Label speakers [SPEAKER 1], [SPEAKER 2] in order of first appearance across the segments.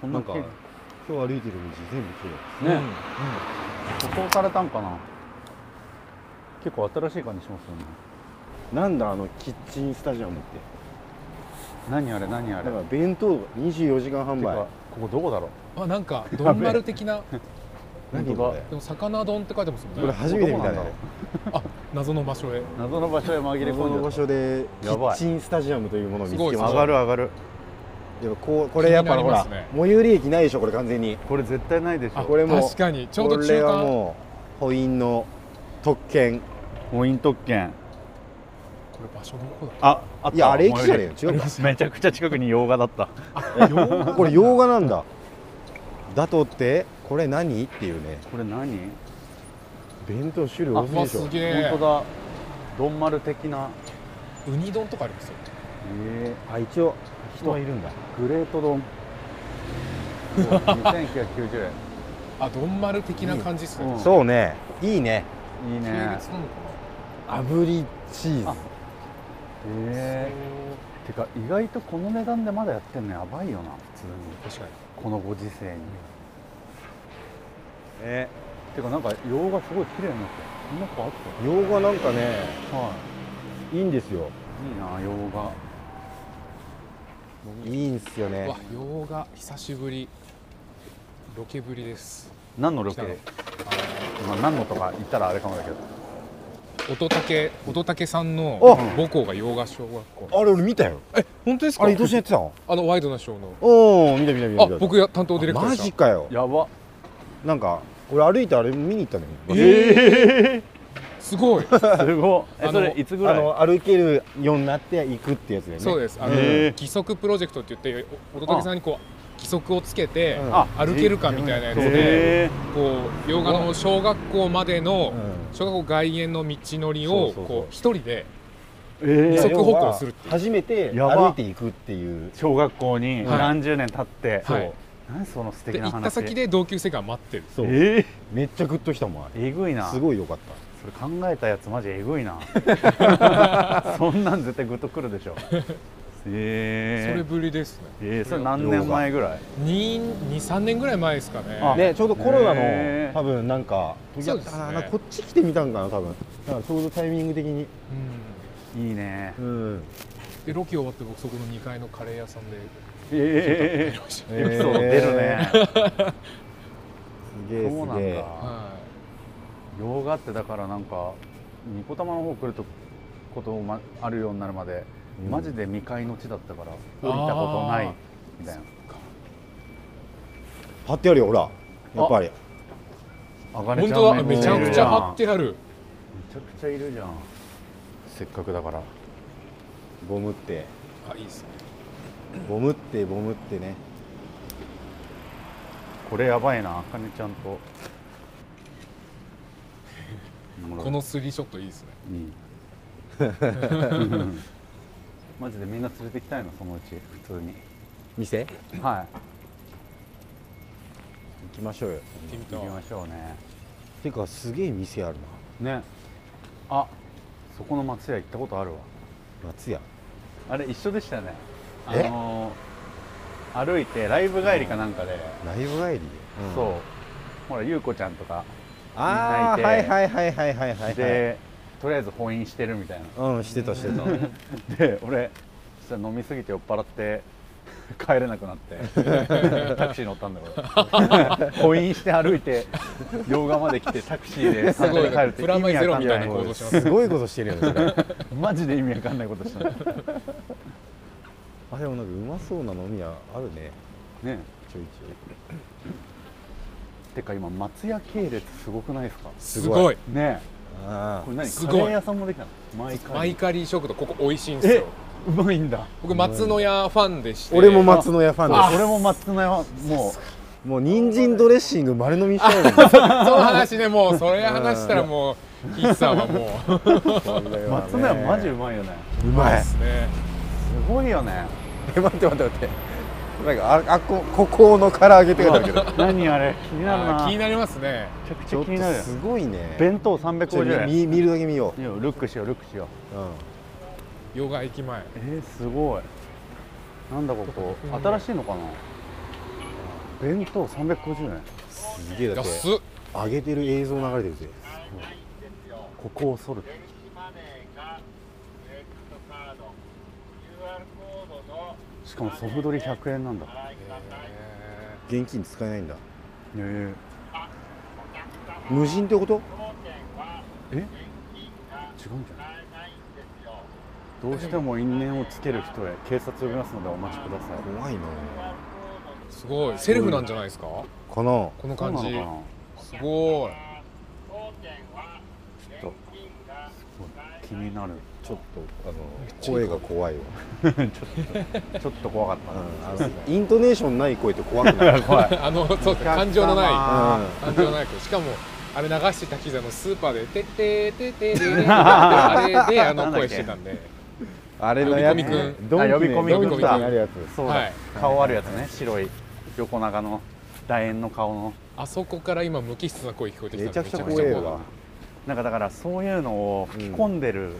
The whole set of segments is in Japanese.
[SPEAKER 1] こん
[SPEAKER 2] な
[SPEAKER 1] なん
[SPEAKER 2] か
[SPEAKER 1] 綺麗
[SPEAKER 2] 今日歩いてる道全部綺麗
[SPEAKER 1] ね、ここからたんかな結構新しい感じしますよね
[SPEAKER 2] うんなんだあのキッチンスタジアムって
[SPEAKER 1] 何あれ何あ
[SPEAKER 2] だ
[SPEAKER 1] れ
[SPEAKER 2] から弁当が24時間
[SPEAKER 1] て
[SPEAKER 2] 販売
[SPEAKER 1] かここどこだろう
[SPEAKER 3] あなんか丼丸的な
[SPEAKER 2] 何これ
[SPEAKER 3] でも魚丼って書いてますも
[SPEAKER 2] こ
[SPEAKER 3] ん
[SPEAKER 2] れ
[SPEAKER 3] ね
[SPEAKER 2] 初めて見た
[SPEAKER 1] どこなんだろ
[SPEAKER 2] ね
[SPEAKER 1] う
[SPEAKER 3] あ謎の場所へ
[SPEAKER 1] 謎の場所へ紛れ
[SPEAKER 2] こ
[SPEAKER 1] 込ん
[SPEAKER 2] の
[SPEAKER 1] で
[SPEAKER 2] 場所でキ
[SPEAKER 1] やばい
[SPEAKER 2] ッチンスタジアムというものを見つけ
[SPEAKER 3] すご
[SPEAKER 2] ま
[SPEAKER 3] い
[SPEAKER 2] し
[SPEAKER 3] 上
[SPEAKER 2] た
[SPEAKER 3] が
[SPEAKER 2] る上がるでもこうこれやっぱ
[SPEAKER 3] 気に
[SPEAKER 2] ほ
[SPEAKER 3] なり
[SPEAKER 2] ら、
[SPEAKER 3] ますね
[SPEAKER 2] 最寄り駅ないでしょこれ完全に
[SPEAKER 1] これ絶対ないでし
[SPEAKER 3] あ
[SPEAKER 1] ょ
[SPEAKER 2] これも
[SPEAKER 3] 確かにちょうど
[SPEAKER 2] こ
[SPEAKER 3] 中
[SPEAKER 2] れは
[SPEAKER 3] 間
[SPEAKER 2] もうコインの特権
[SPEAKER 1] コイン特権
[SPEAKER 3] これ場所どこだ
[SPEAKER 1] ああった
[SPEAKER 2] いやあれ駅じゃねえよ違うか
[SPEAKER 1] めちゃくちゃ近くに洋画だった
[SPEAKER 2] これ洋画なんだだとってこれ何っていうね
[SPEAKER 1] これ何
[SPEAKER 2] 弁当種類
[SPEAKER 3] あ
[SPEAKER 2] 多すぎで
[SPEAKER 3] まあ
[SPEAKER 2] しょ
[SPEAKER 3] すげえ
[SPEAKER 1] 本当だどん丸的な
[SPEAKER 3] ウニ丼とかありますよ
[SPEAKER 1] え
[SPEAKER 2] あ一応人はいるんだ
[SPEAKER 1] ー、グレート 丼2990
[SPEAKER 3] あ丼丸的な感じですね
[SPEAKER 1] うん
[SPEAKER 2] そうねいいね
[SPEAKER 1] 円いい
[SPEAKER 3] 系列
[SPEAKER 1] ね
[SPEAKER 3] なのか
[SPEAKER 2] 炙りチーズ
[SPEAKER 1] あえー、てか意外とこの値段でまだやってんのやばいよな普通に
[SPEAKER 3] な確かに
[SPEAKER 1] このご時世に
[SPEAKER 2] ね
[SPEAKER 1] てかなんか洋画すごい綺麗になってるこんな子あっ
[SPEAKER 2] 洋画なんかね
[SPEAKER 1] たはい
[SPEAKER 2] いんですよ
[SPEAKER 1] いいな洋画
[SPEAKER 2] いいんすよ
[SPEAKER 3] う
[SPEAKER 2] ね
[SPEAKER 3] わ洋画久しぶりロケぶりです
[SPEAKER 1] 何のロ
[SPEAKER 3] 来たの
[SPEAKER 1] ケ、まあ、何のとか言ったらあれかもだけど
[SPEAKER 3] 乙武乙武さんの
[SPEAKER 2] あ
[SPEAKER 3] 母校が洋画小学校
[SPEAKER 2] あれ俺見たよ
[SPEAKER 3] え本当ですか
[SPEAKER 2] あれ伊藤ちゃんやってたの
[SPEAKER 3] あのワイドなショーの
[SPEAKER 2] おお見た見た見た見た
[SPEAKER 3] あ僕が担当ディレクター
[SPEAKER 2] マ
[SPEAKER 3] でした
[SPEAKER 2] ジかよ
[SPEAKER 1] やば
[SPEAKER 2] なんか俺歩いてあれ見に行ったのよ
[SPEAKER 1] え
[SPEAKER 3] すごい
[SPEAKER 1] ー、 すごいえ
[SPEAKER 3] あの
[SPEAKER 1] それいつぐ
[SPEAKER 2] あ
[SPEAKER 1] らい
[SPEAKER 2] の歩けるようになって行くってやつだよね
[SPEAKER 3] そうですあの
[SPEAKER 1] へえ
[SPEAKER 3] 義足プロジェクトって言ってお乙武さんにこう義足をつけて
[SPEAKER 2] うん
[SPEAKER 3] 歩けるかみたいなやつで
[SPEAKER 1] え
[SPEAKER 3] こう洋画の小学校までの
[SPEAKER 2] うん
[SPEAKER 3] 小学校外苑の道のり
[SPEAKER 2] そうそ
[SPEAKER 3] を
[SPEAKER 2] うそう
[SPEAKER 3] こう一人で
[SPEAKER 1] ー、え
[SPEAKER 3] 二
[SPEAKER 1] ー
[SPEAKER 3] 足、歩行するっていう
[SPEAKER 2] 要は初めて
[SPEAKER 1] やば
[SPEAKER 2] 歩いていくっていう
[SPEAKER 1] 小学校に
[SPEAKER 3] はい
[SPEAKER 1] 何十年経って、
[SPEAKER 3] はい
[SPEAKER 1] そう何その素敵
[SPEAKER 3] で
[SPEAKER 1] な
[SPEAKER 3] 行
[SPEAKER 1] 話
[SPEAKER 3] った先で同級生が待ってる
[SPEAKER 2] そう
[SPEAKER 1] え
[SPEAKER 2] めっちゃグッときたもんあれ
[SPEAKER 1] ー、えぐいな
[SPEAKER 2] すごい良かった
[SPEAKER 1] それ考えたやつマジえぐいなそんなん絶対グッとくるでしょ
[SPEAKER 3] それ
[SPEAKER 1] え
[SPEAKER 3] ぶりですね
[SPEAKER 1] ー、えー、それ何年前ぐらい
[SPEAKER 3] 23年ぐらい前ですか
[SPEAKER 1] あ
[SPEAKER 3] ね
[SPEAKER 2] ねちょうどコロナ
[SPEAKER 1] へ
[SPEAKER 2] の
[SPEAKER 1] ー
[SPEAKER 2] 多分なんか時だったか
[SPEAKER 3] そう
[SPEAKER 2] な
[SPEAKER 3] ですね
[SPEAKER 2] なんかこっち来てみたんかな多分だからちょうどタイミング的に
[SPEAKER 3] うん
[SPEAKER 1] いいね
[SPEAKER 2] うん
[SPEAKER 3] でロケ終わって僕そこの2階のカレー屋さんで
[SPEAKER 1] え
[SPEAKER 3] やりました
[SPEAKER 1] ー、エピソード出る
[SPEAKER 2] え
[SPEAKER 1] ね、
[SPEAKER 2] ーすげえ
[SPEAKER 1] そうなん
[SPEAKER 2] すげ
[SPEAKER 1] だ
[SPEAKER 2] え
[SPEAKER 3] は
[SPEAKER 1] 洋画ってだからなんかニコ玉の方来るとことも、ま、あるようになるまで、
[SPEAKER 2] うん
[SPEAKER 1] マジで未開の地だったから降りたことないみたいな
[SPEAKER 2] 貼ってあるよほらやっぱり
[SPEAKER 1] 本
[SPEAKER 3] い本当だめちゃくちゃ貼ってある
[SPEAKER 1] めちゃくちゃいるじゃんせっかくだから
[SPEAKER 2] ゴムって
[SPEAKER 3] あいいですね
[SPEAKER 2] ゴムってゴムってね
[SPEAKER 1] これやばいなあかねちゃんと
[SPEAKER 3] このスリーショットいいですね
[SPEAKER 1] うん マジでみんな連れてきたいのそのうち普通に
[SPEAKER 2] 店行
[SPEAKER 1] は
[SPEAKER 2] きましょうよ
[SPEAKER 3] 行ってみ
[SPEAKER 1] い
[SPEAKER 3] た
[SPEAKER 1] 行きましょうね
[SPEAKER 2] てかすげえ店ある
[SPEAKER 1] ねあそこの松屋行ったことあるわ
[SPEAKER 2] な松屋
[SPEAKER 1] あれ一緒でしたねあ
[SPEAKER 2] え
[SPEAKER 1] のー歩いてライブ帰りかなんかで、
[SPEAKER 2] ライブ帰りで
[SPEAKER 1] そうほら優子ちゃんとか
[SPEAKER 2] ああ
[SPEAKER 1] みん
[SPEAKER 2] は
[SPEAKER 1] ないいて
[SPEAKER 2] はいはいはいはいはい
[SPEAKER 1] で、
[SPEAKER 2] はい
[SPEAKER 1] とりあえず封印してるみたい
[SPEAKER 2] うんしてたしてた
[SPEAKER 1] なで俺そしたら飲みすぎて酔っ払って帰れなくなって タクシー乗ったんだけど 封印して歩いて洋画まで来てタクシーで散歩で帰るって
[SPEAKER 3] すごいねプラマイゼロみたいな
[SPEAKER 1] 意味
[SPEAKER 3] 行
[SPEAKER 1] わかん
[SPEAKER 3] 動します
[SPEAKER 2] すごいことしてるよねそれ
[SPEAKER 1] マジで意味わかんないことしたね
[SPEAKER 2] あでもなんかうまそうな飲み屋あるね
[SPEAKER 1] ね
[SPEAKER 2] ちょいち
[SPEAKER 1] てか今松屋系列すごくないですか
[SPEAKER 3] す
[SPEAKER 2] すご
[SPEAKER 3] ごい
[SPEAKER 1] ね
[SPEAKER 2] ょいあ
[SPEAKER 1] これ何
[SPEAKER 3] す
[SPEAKER 1] カ
[SPEAKER 3] ご
[SPEAKER 1] レ
[SPEAKER 3] い
[SPEAKER 1] ー屋さんもできたの毎回
[SPEAKER 3] マイカリー食堂ここ美味しいんですよ
[SPEAKER 1] うまいんだ
[SPEAKER 3] 僕松野屋ファンでして
[SPEAKER 2] 俺も松野屋ファンです
[SPEAKER 1] あ俺も松菜はも
[SPEAKER 2] もう人参ドレッシング丸飲みしちゃうよね
[SPEAKER 3] その話ねもうそれ話したらもう岸さんはもう
[SPEAKER 1] う 松菜はマジうまいよね
[SPEAKER 2] うまい
[SPEAKER 3] ですね
[SPEAKER 1] すごいよね
[SPEAKER 2] え待って待って待ってなんかああっこここの唐揚げって書いてあるけど
[SPEAKER 1] 何あれ気になる
[SPEAKER 3] あ
[SPEAKER 1] な
[SPEAKER 3] ー気に
[SPEAKER 1] め
[SPEAKER 3] なりますね
[SPEAKER 1] ちゃくち
[SPEAKER 2] ちょ
[SPEAKER 1] ゃ
[SPEAKER 2] っ
[SPEAKER 1] 気にな
[SPEAKER 2] と
[SPEAKER 1] る
[SPEAKER 2] すごいね
[SPEAKER 1] 弁当
[SPEAKER 2] ちょ
[SPEAKER 1] 350円いい
[SPEAKER 2] 見見るだけ見よ
[SPEAKER 1] よルックしようルックしよう
[SPEAKER 2] う、うん、
[SPEAKER 3] ヨガ駅前
[SPEAKER 1] えー、すごいなんだここ新しいのかな弁当350円
[SPEAKER 2] すげえだって
[SPEAKER 3] 安っ
[SPEAKER 2] 上げてる映像流れてるぜ
[SPEAKER 1] ここを剃る
[SPEAKER 4] 電子マネーかクレジットカード QR コードの
[SPEAKER 1] しかもソフドリ100円なんだへ
[SPEAKER 4] 払い方
[SPEAKER 2] 現金使えないんだ
[SPEAKER 1] え
[SPEAKER 2] 無人ってこと
[SPEAKER 4] 当店は
[SPEAKER 1] え違うん
[SPEAKER 4] 現金が使
[SPEAKER 1] じゃない
[SPEAKER 4] えないんですよ
[SPEAKER 1] どうしても因縁をつける人へ警察呼びますのでお待ちください
[SPEAKER 2] 怖いな
[SPEAKER 3] すごいセルフなんじゃないですか
[SPEAKER 2] この
[SPEAKER 3] この
[SPEAKER 1] そう
[SPEAKER 3] 感
[SPEAKER 1] なの
[SPEAKER 3] じ
[SPEAKER 1] かな
[SPEAKER 3] すごい
[SPEAKER 4] 当店は現
[SPEAKER 1] ちょっ
[SPEAKER 4] 金が
[SPEAKER 1] と気になる
[SPEAKER 2] ちょっとあの声が怖いわ、
[SPEAKER 1] ちょっと怖かった
[SPEAKER 2] うん、あのイントネーションない声って怖くない、うん、
[SPEAKER 1] 怖い
[SPEAKER 3] あのそうですね感情のない
[SPEAKER 1] お客様
[SPEAKER 3] 感情のない子しかもあれ流してた機材もスーパーで「てってててて」 あれであの声してたんで
[SPEAKER 2] あれのやつ
[SPEAKER 3] 呼び込みく
[SPEAKER 2] ドンキ
[SPEAKER 1] あ呼び込み
[SPEAKER 2] ドンキ
[SPEAKER 3] 君
[SPEAKER 2] に
[SPEAKER 3] だ
[SPEAKER 2] あるやつ
[SPEAKER 1] そうだ、
[SPEAKER 3] はい
[SPEAKER 1] 顔あるやつね白い横長の楕円の顔の
[SPEAKER 3] あそこから今無機質な声聞こえてきた
[SPEAKER 2] め
[SPEAKER 3] ん
[SPEAKER 2] ち
[SPEAKER 3] で
[SPEAKER 2] ゃくちゃ怖え
[SPEAKER 3] めち
[SPEAKER 2] わ
[SPEAKER 1] なんかだからそういうのを吹き込んでる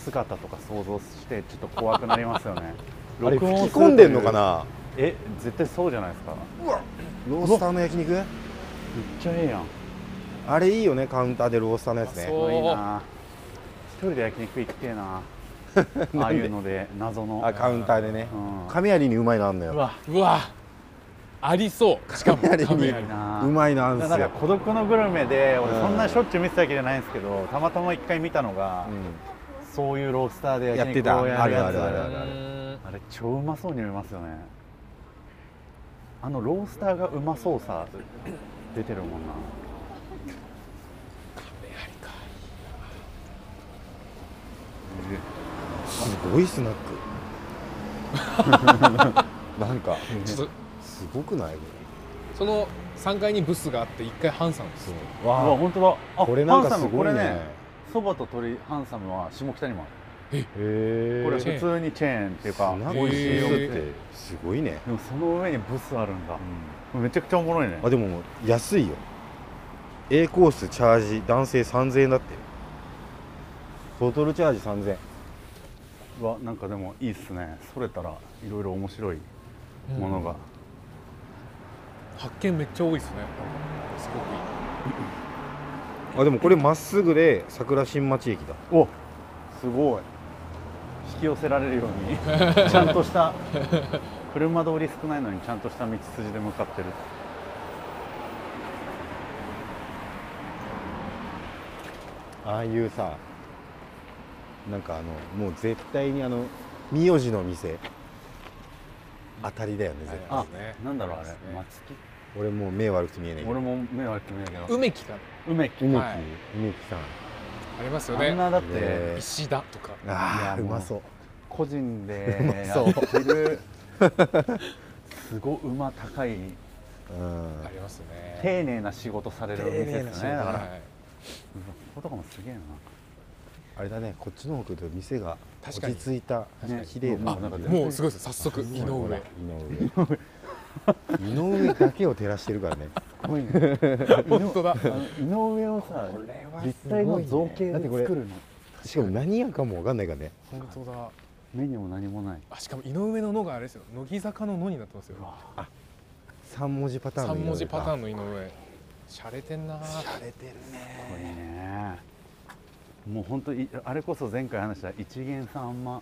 [SPEAKER 1] 姿とか想像してちょっと怖くなりますよね
[SPEAKER 2] あれ
[SPEAKER 1] 録
[SPEAKER 2] 吹き
[SPEAKER 1] 音するとい
[SPEAKER 2] 込
[SPEAKER 1] うん
[SPEAKER 2] でんのかな
[SPEAKER 1] え絶対そうじゃないですかめっ
[SPEAKER 2] ロースターの焼肉
[SPEAKER 1] ちゃええやん
[SPEAKER 2] あれいいよねカウンターでロースターのやつ
[SPEAKER 3] あそ
[SPEAKER 2] ね
[SPEAKER 3] おー
[SPEAKER 1] いいな一人で焼肉行きてえ なああいうので謎の
[SPEAKER 2] あカウンターでね
[SPEAKER 1] うん
[SPEAKER 2] 亀有にうまいのあんの
[SPEAKER 1] う
[SPEAKER 2] よ
[SPEAKER 1] わ
[SPEAKER 3] ゃ怖いうわありそうしかも
[SPEAKER 2] 亀有
[SPEAKER 1] い
[SPEAKER 2] に
[SPEAKER 1] いな
[SPEAKER 2] うまいのあん
[SPEAKER 1] だ
[SPEAKER 2] す
[SPEAKER 1] から
[SPEAKER 2] よ
[SPEAKER 1] 孤独のグルメで俺
[SPEAKER 2] うん
[SPEAKER 1] そんなしょっちゅう見てたわけじゃないんですけどたまたま一回見たのが、
[SPEAKER 2] う
[SPEAKER 1] そういうロースターで焼
[SPEAKER 2] やって
[SPEAKER 1] 肉
[SPEAKER 2] た
[SPEAKER 1] をやるやつ
[SPEAKER 2] あるあるあるある
[SPEAKER 1] あれ超うまそうに見えますよねあのロースターがうまそうさ出てるもんな
[SPEAKER 2] んすごいスナック なんか
[SPEAKER 3] ちょっと
[SPEAKER 2] すごくないこ
[SPEAKER 3] その3階にブスがあって1階ハンさんですよ
[SPEAKER 2] れ
[SPEAKER 1] うわ
[SPEAKER 2] わ
[SPEAKER 1] 本当だ
[SPEAKER 2] あ
[SPEAKER 1] あ
[SPEAKER 2] これなんか
[SPEAKER 1] ハン
[SPEAKER 2] す
[SPEAKER 1] サムこ
[SPEAKER 2] ごい
[SPEAKER 1] れ
[SPEAKER 2] ね
[SPEAKER 1] ねそばと鳥ハンサムは下北にもあ
[SPEAKER 2] へ
[SPEAKER 1] る
[SPEAKER 2] え
[SPEAKER 1] これ
[SPEAKER 2] ス
[SPEAKER 1] 普通にチェーンっていうか
[SPEAKER 2] ナッ
[SPEAKER 1] 美
[SPEAKER 2] ク
[SPEAKER 1] 味しいよ
[SPEAKER 2] ス
[SPEAKER 1] っ
[SPEAKER 2] っててすごいね
[SPEAKER 1] でもその上にブスあるんだめちゃくちゃおもろいね
[SPEAKER 2] あでも安いよ A コースチャージ男性3000円だってトトルチャージ3000円
[SPEAKER 1] うわなんかでもいいっすねそれたらいろいろ面白いものが、
[SPEAKER 3] 発見めっちゃ多いですねすごくいい
[SPEAKER 2] あでもこれまっすぐで桜新町駅だ
[SPEAKER 1] おすごい引き寄せられるように ちゃんとした車通り少ないのにちゃんとした道筋で向かってる
[SPEAKER 2] ああいうさなんかあのもう絶対にあの名字の店当たりだよね絶対
[SPEAKER 1] あ
[SPEAKER 3] ですね
[SPEAKER 1] なんだろうあれ
[SPEAKER 3] そうですね
[SPEAKER 1] 松木
[SPEAKER 2] 俺もう目悪くて見えないけど
[SPEAKER 1] 俺も目は決めないけど
[SPEAKER 3] 梅木が
[SPEAKER 1] 梅木
[SPEAKER 2] 梅木、
[SPEAKER 3] はい
[SPEAKER 2] 梅木さん
[SPEAKER 3] ありますよ
[SPEAKER 1] あん
[SPEAKER 3] ね
[SPEAKER 1] なだっ
[SPEAKER 2] ねえ
[SPEAKER 1] て
[SPEAKER 3] 石田とか
[SPEAKER 1] いや
[SPEAKER 2] ああう
[SPEAKER 1] もう
[SPEAKER 2] まそう
[SPEAKER 1] 個人でやってる すごい馬高い
[SPEAKER 2] うん
[SPEAKER 3] ありますね
[SPEAKER 1] 丁寧な仕事されるお店です
[SPEAKER 2] 丁
[SPEAKER 1] よ
[SPEAKER 2] 寧
[SPEAKER 1] ね
[SPEAKER 2] な仕事
[SPEAKER 1] だから、
[SPEAKER 3] はい
[SPEAKER 1] うんこことかもすげえな
[SPEAKER 2] あれだねこっちの方来ると店が
[SPEAKER 3] 確
[SPEAKER 2] 落
[SPEAKER 3] かに
[SPEAKER 2] ち着いた
[SPEAKER 1] 確かに
[SPEAKER 2] 綺麗な
[SPEAKER 1] あなんか全然
[SPEAKER 3] もうすごいです早速井
[SPEAKER 2] ほら
[SPEAKER 3] 上
[SPEAKER 2] 井上井上だけを照らしてるからね
[SPEAKER 1] すごいね
[SPEAKER 3] 本当だ
[SPEAKER 1] あの井上をさ立体の造形
[SPEAKER 2] だっ
[SPEAKER 1] で
[SPEAKER 2] てこ
[SPEAKER 1] 作
[SPEAKER 2] れ
[SPEAKER 1] るの
[SPEAKER 2] しかも何やかも分かんないからね
[SPEAKER 3] 本当だ
[SPEAKER 1] 目にも何もない
[SPEAKER 3] あしかも井上の「の」があれですよ乃木坂の「の」になってますよ
[SPEAKER 2] 3文字パターンの
[SPEAKER 3] 三文字パター
[SPEAKER 2] ン
[SPEAKER 3] ンの井上洒落てんな
[SPEAKER 1] これねもう本当いあれこそ前回話した一元さんあんま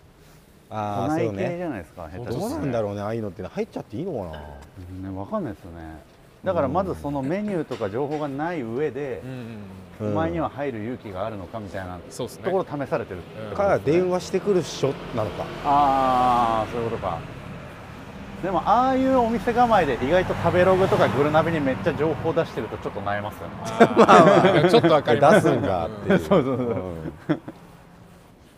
[SPEAKER 2] ああ
[SPEAKER 1] 都
[SPEAKER 2] そう
[SPEAKER 1] 内系じ
[SPEAKER 2] ね
[SPEAKER 1] ゃないですか下手
[SPEAKER 3] そう
[SPEAKER 1] す
[SPEAKER 2] ど
[SPEAKER 1] る
[SPEAKER 2] う
[SPEAKER 1] と
[SPEAKER 2] なんだろうねああいうのって入っちゃっていいのかな
[SPEAKER 1] うんねわかんないですよねだからまずそのメニューとか情報がない上で
[SPEAKER 3] うん、うんうん、
[SPEAKER 1] お前には入る勇気があるのかみたいな
[SPEAKER 3] そうですね
[SPEAKER 1] ところ試されてる
[SPEAKER 3] うん
[SPEAKER 2] から電話してくるっしょなのか
[SPEAKER 1] ああそういうことかでもああいうお店構えで意外と食べログとかグルナビにめっちゃ情報出してるとちょっと悩ますよね
[SPEAKER 3] あーちょっとわかります
[SPEAKER 2] 出すんかっていう
[SPEAKER 1] そうそうそうん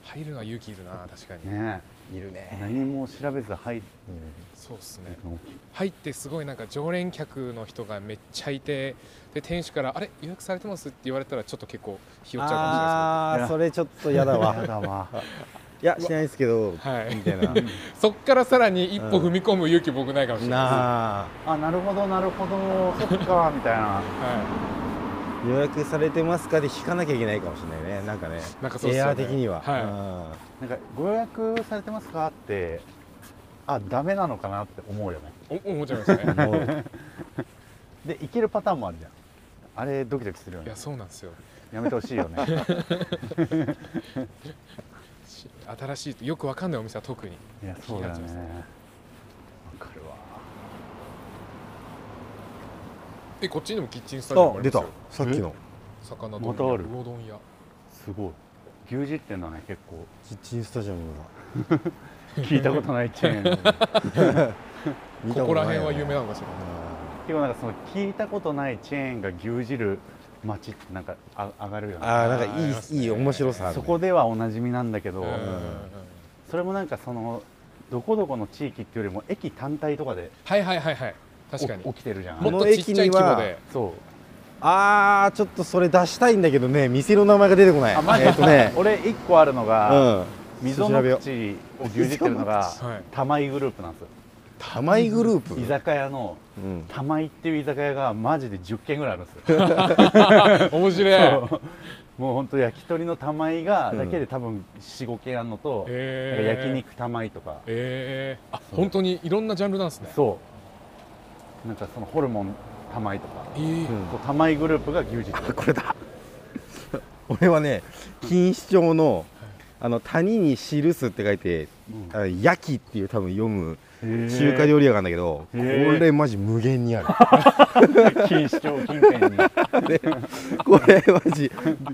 [SPEAKER 3] 入るのは勇気いるな確かに、
[SPEAKER 1] ね
[SPEAKER 2] いる
[SPEAKER 1] え
[SPEAKER 2] ね
[SPEAKER 1] 何も調べず入って
[SPEAKER 3] そうですね
[SPEAKER 1] いくの
[SPEAKER 3] 入ってすごいなんか常連客の人がめっちゃいてで店主から「あれ予約されてます?」って言われたらちょっと結構ひよっちゃうかもしれない
[SPEAKER 2] ああーそれちょっと嫌だ
[SPEAKER 1] や
[SPEAKER 2] わ
[SPEAKER 1] だわ
[SPEAKER 2] いやしないですけど
[SPEAKER 3] はい
[SPEAKER 2] みたいな
[SPEAKER 3] ですけどそっからさらに一歩踏み込む勇気僕ないかもしれな
[SPEAKER 2] なあ
[SPEAKER 1] あなるほどなるほどそっかみたいない
[SPEAKER 3] です、は
[SPEAKER 2] 予約されてますかで引かなきゃいけないかもしれないねなんかね
[SPEAKER 3] なんかそうっす
[SPEAKER 2] エ
[SPEAKER 3] よね
[SPEAKER 2] アー的には、
[SPEAKER 3] はい
[SPEAKER 1] なんかご予約されてますかってあダメなのかなって思うよね
[SPEAKER 3] い、お思っちゃいますね
[SPEAKER 2] うんもう
[SPEAKER 1] で行けるパターンもあるじゃんあれドキドキするよ
[SPEAKER 3] い
[SPEAKER 1] ね
[SPEAKER 3] やそうなんですよ
[SPEAKER 1] やめてほしいよ ね
[SPEAKER 3] し新しいとよくわかんないお店は特に
[SPEAKER 1] いやそうだよ
[SPEAKER 3] 気になっちゃいま
[SPEAKER 1] ね
[SPEAKER 3] す
[SPEAKER 1] わかるわ
[SPEAKER 3] えこっちにもキッチンスタジオ
[SPEAKER 2] あ
[SPEAKER 3] があり
[SPEAKER 2] 出
[SPEAKER 3] ます
[SPEAKER 2] たさ
[SPEAKER 3] よ
[SPEAKER 2] っきの
[SPEAKER 3] 魚
[SPEAKER 1] またある
[SPEAKER 3] 丼や魚丼屋
[SPEAKER 1] すごい牛耳ってんだね結構
[SPEAKER 2] キッチンスタジアムだ
[SPEAKER 1] 聞いたことないチェー ン結
[SPEAKER 2] 見たとない
[SPEAKER 3] ここら辺
[SPEAKER 2] よ
[SPEAKER 3] は
[SPEAKER 2] ね
[SPEAKER 3] 有名なのかしら
[SPEAKER 2] あ
[SPEAKER 1] 構なんかその聞いたことないチェーンが牛耳る街ってなんかあ上がるよね
[SPEAKER 2] ーあーなんか
[SPEAKER 3] あ
[SPEAKER 2] い
[SPEAKER 3] り
[SPEAKER 2] い、
[SPEAKER 3] ますね
[SPEAKER 2] いい面白さある、ね、
[SPEAKER 1] そこではおなじみなんだけど、
[SPEAKER 3] うんうんうん
[SPEAKER 1] それもなんかそのどこどこの地域っていうよりも駅単体とかで
[SPEAKER 3] はいはいはいはい確かに
[SPEAKER 1] お起きてるじゃん
[SPEAKER 3] もっ
[SPEAKER 2] ことの
[SPEAKER 3] ちっ
[SPEAKER 2] 駅
[SPEAKER 3] ちゃい規模で
[SPEAKER 1] そう
[SPEAKER 2] あーちょっとそれ出したいんだけどね店の名前が出てこない
[SPEAKER 1] あマジ
[SPEAKER 2] えっ、とね
[SPEAKER 1] 俺一個あるのが、
[SPEAKER 2] うん
[SPEAKER 1] 溝の口を牛耳ってるのが
[SPEAKER 3] はい
[SPEAKER 1] 玉井グループなんですよ
[SPEAKER 2] 玉井グループ、
[SPEAKER 1] 居酒屋の
[SPEAKER 2] うん、
[SPEAKER 1] 玉井っていう居酒屋がマジで10軒ぐらいあるんです よ
[SPEAKER 3] 面白い
[SPEAKER 1] そうもう本当焼き鳥の玉井が
[SPEAKER 2] うん
[SPEAKER 1] だけで多分45軒あるのと、なんか
[SPEAKER 3] えー
[SPEAKER 1] 焼肉玉井とか、
[SPEAKER 3] えー、あ本当にいろんなジャンルなんですね
[SPEAKER 1] そうなんかそのホルモン玉井とか
[SPEAKER 3] えー
[SPEAKER 2] うん
[SPEAKER 1] こう玉井グループが牛耳ってる
[SPEAKER 2] あこれだ俺はね錦糸町のあの谷に記すって書いて
[SPEAKER 1] うん
[SPEAKER 2] あの焼きっていう多分読む中
[SPEAKER 1] 中
[SPEAKER 2] 華料理屋があるんだけど、
[SPEAKER 1] へー
[SPEAKER 2] これマジ無限にある
[SPEAKER 1] 錦糸町近辺に
[SPEAKER 2] これマジ